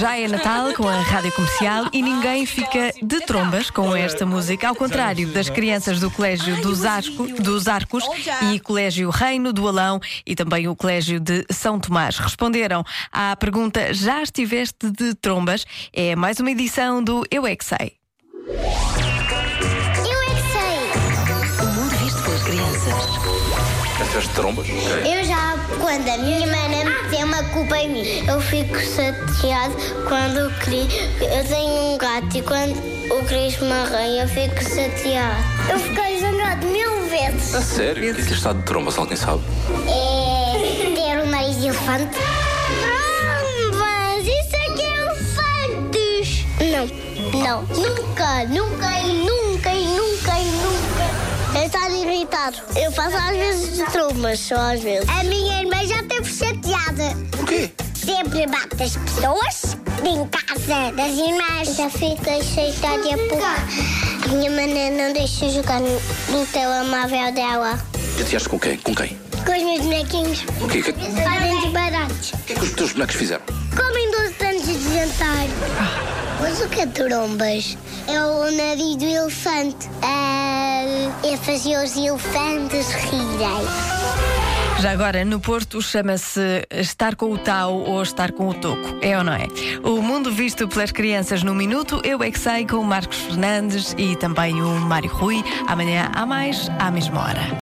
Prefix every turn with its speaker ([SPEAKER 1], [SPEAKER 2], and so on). [SPEAKER 1] Já é Natal com a Rádio Comercial e ninguém fica de trombas com esta música, ao contrário das crianças do Colégio dos, Asco- dos Arcos e Colégio Reino do Alão e também o Colégio de São Tomás. Responderam à pergunta Já estiveste de trombas? É mais uma edição do Eu É Que Sei.
[SPEAKER 2] Eu é que sei.
[SPEAKER 3] O mundo visto pelas crianças.
[SPEAKER 4] Essas trombas?
[SPEAKER 2] Eu já, quando a minha irmã me tem uma culpa em mim, eu fico chateado quando o Cris. Eu tenho um gato e quando o Cris me arranha, eu fico chateado. Eu fiquei zangado mil vezes.
[SPEAKER 4] A sério? O que é que está de trombas? Alguém sabe?
[SPEAKER 2] É ter o nariz de elefante. Mas isso é que é elefantes! Não, não, nunca, nunca e nunca e nunca e nunca. Eu estava irritado. Eu faço às vezes de trombas, só às vezes. A minha irmã já esteve chateada.
[SPEAKER 4] Porquê?
[SPEAKER 2] Sempre bate as pessoas em casa das irmãs. Já fiquei chateada há pouco. A minha mãe não deixa jogar no, no telemóvel dela.
[SPEAKER 4] Chateaste com quem? Com quem?
[SPEAKER 2] Com os meus bonequinhos.
[SPEAKER 4] Porquê? O que, o
[SPEAKER 2] Fazem de baratos.
[SPEAKER 4] que é que os teus bonecos fizeram?
[SPEAKER 2] Comem 12 anos de jantar. Mas o que é trombas? É o nariz do elefante. é fazer os elefantes rirem.
[SPEAKER 1] Já agora, no Porto, chama-se estar com o tau ou estar com o toco. É ou não é? O mundo visto pelas crianças no minuto, eu é que sei, com o Marcos Fernandes e também o Mário Rui. Amanhã há mais, à mesma hora.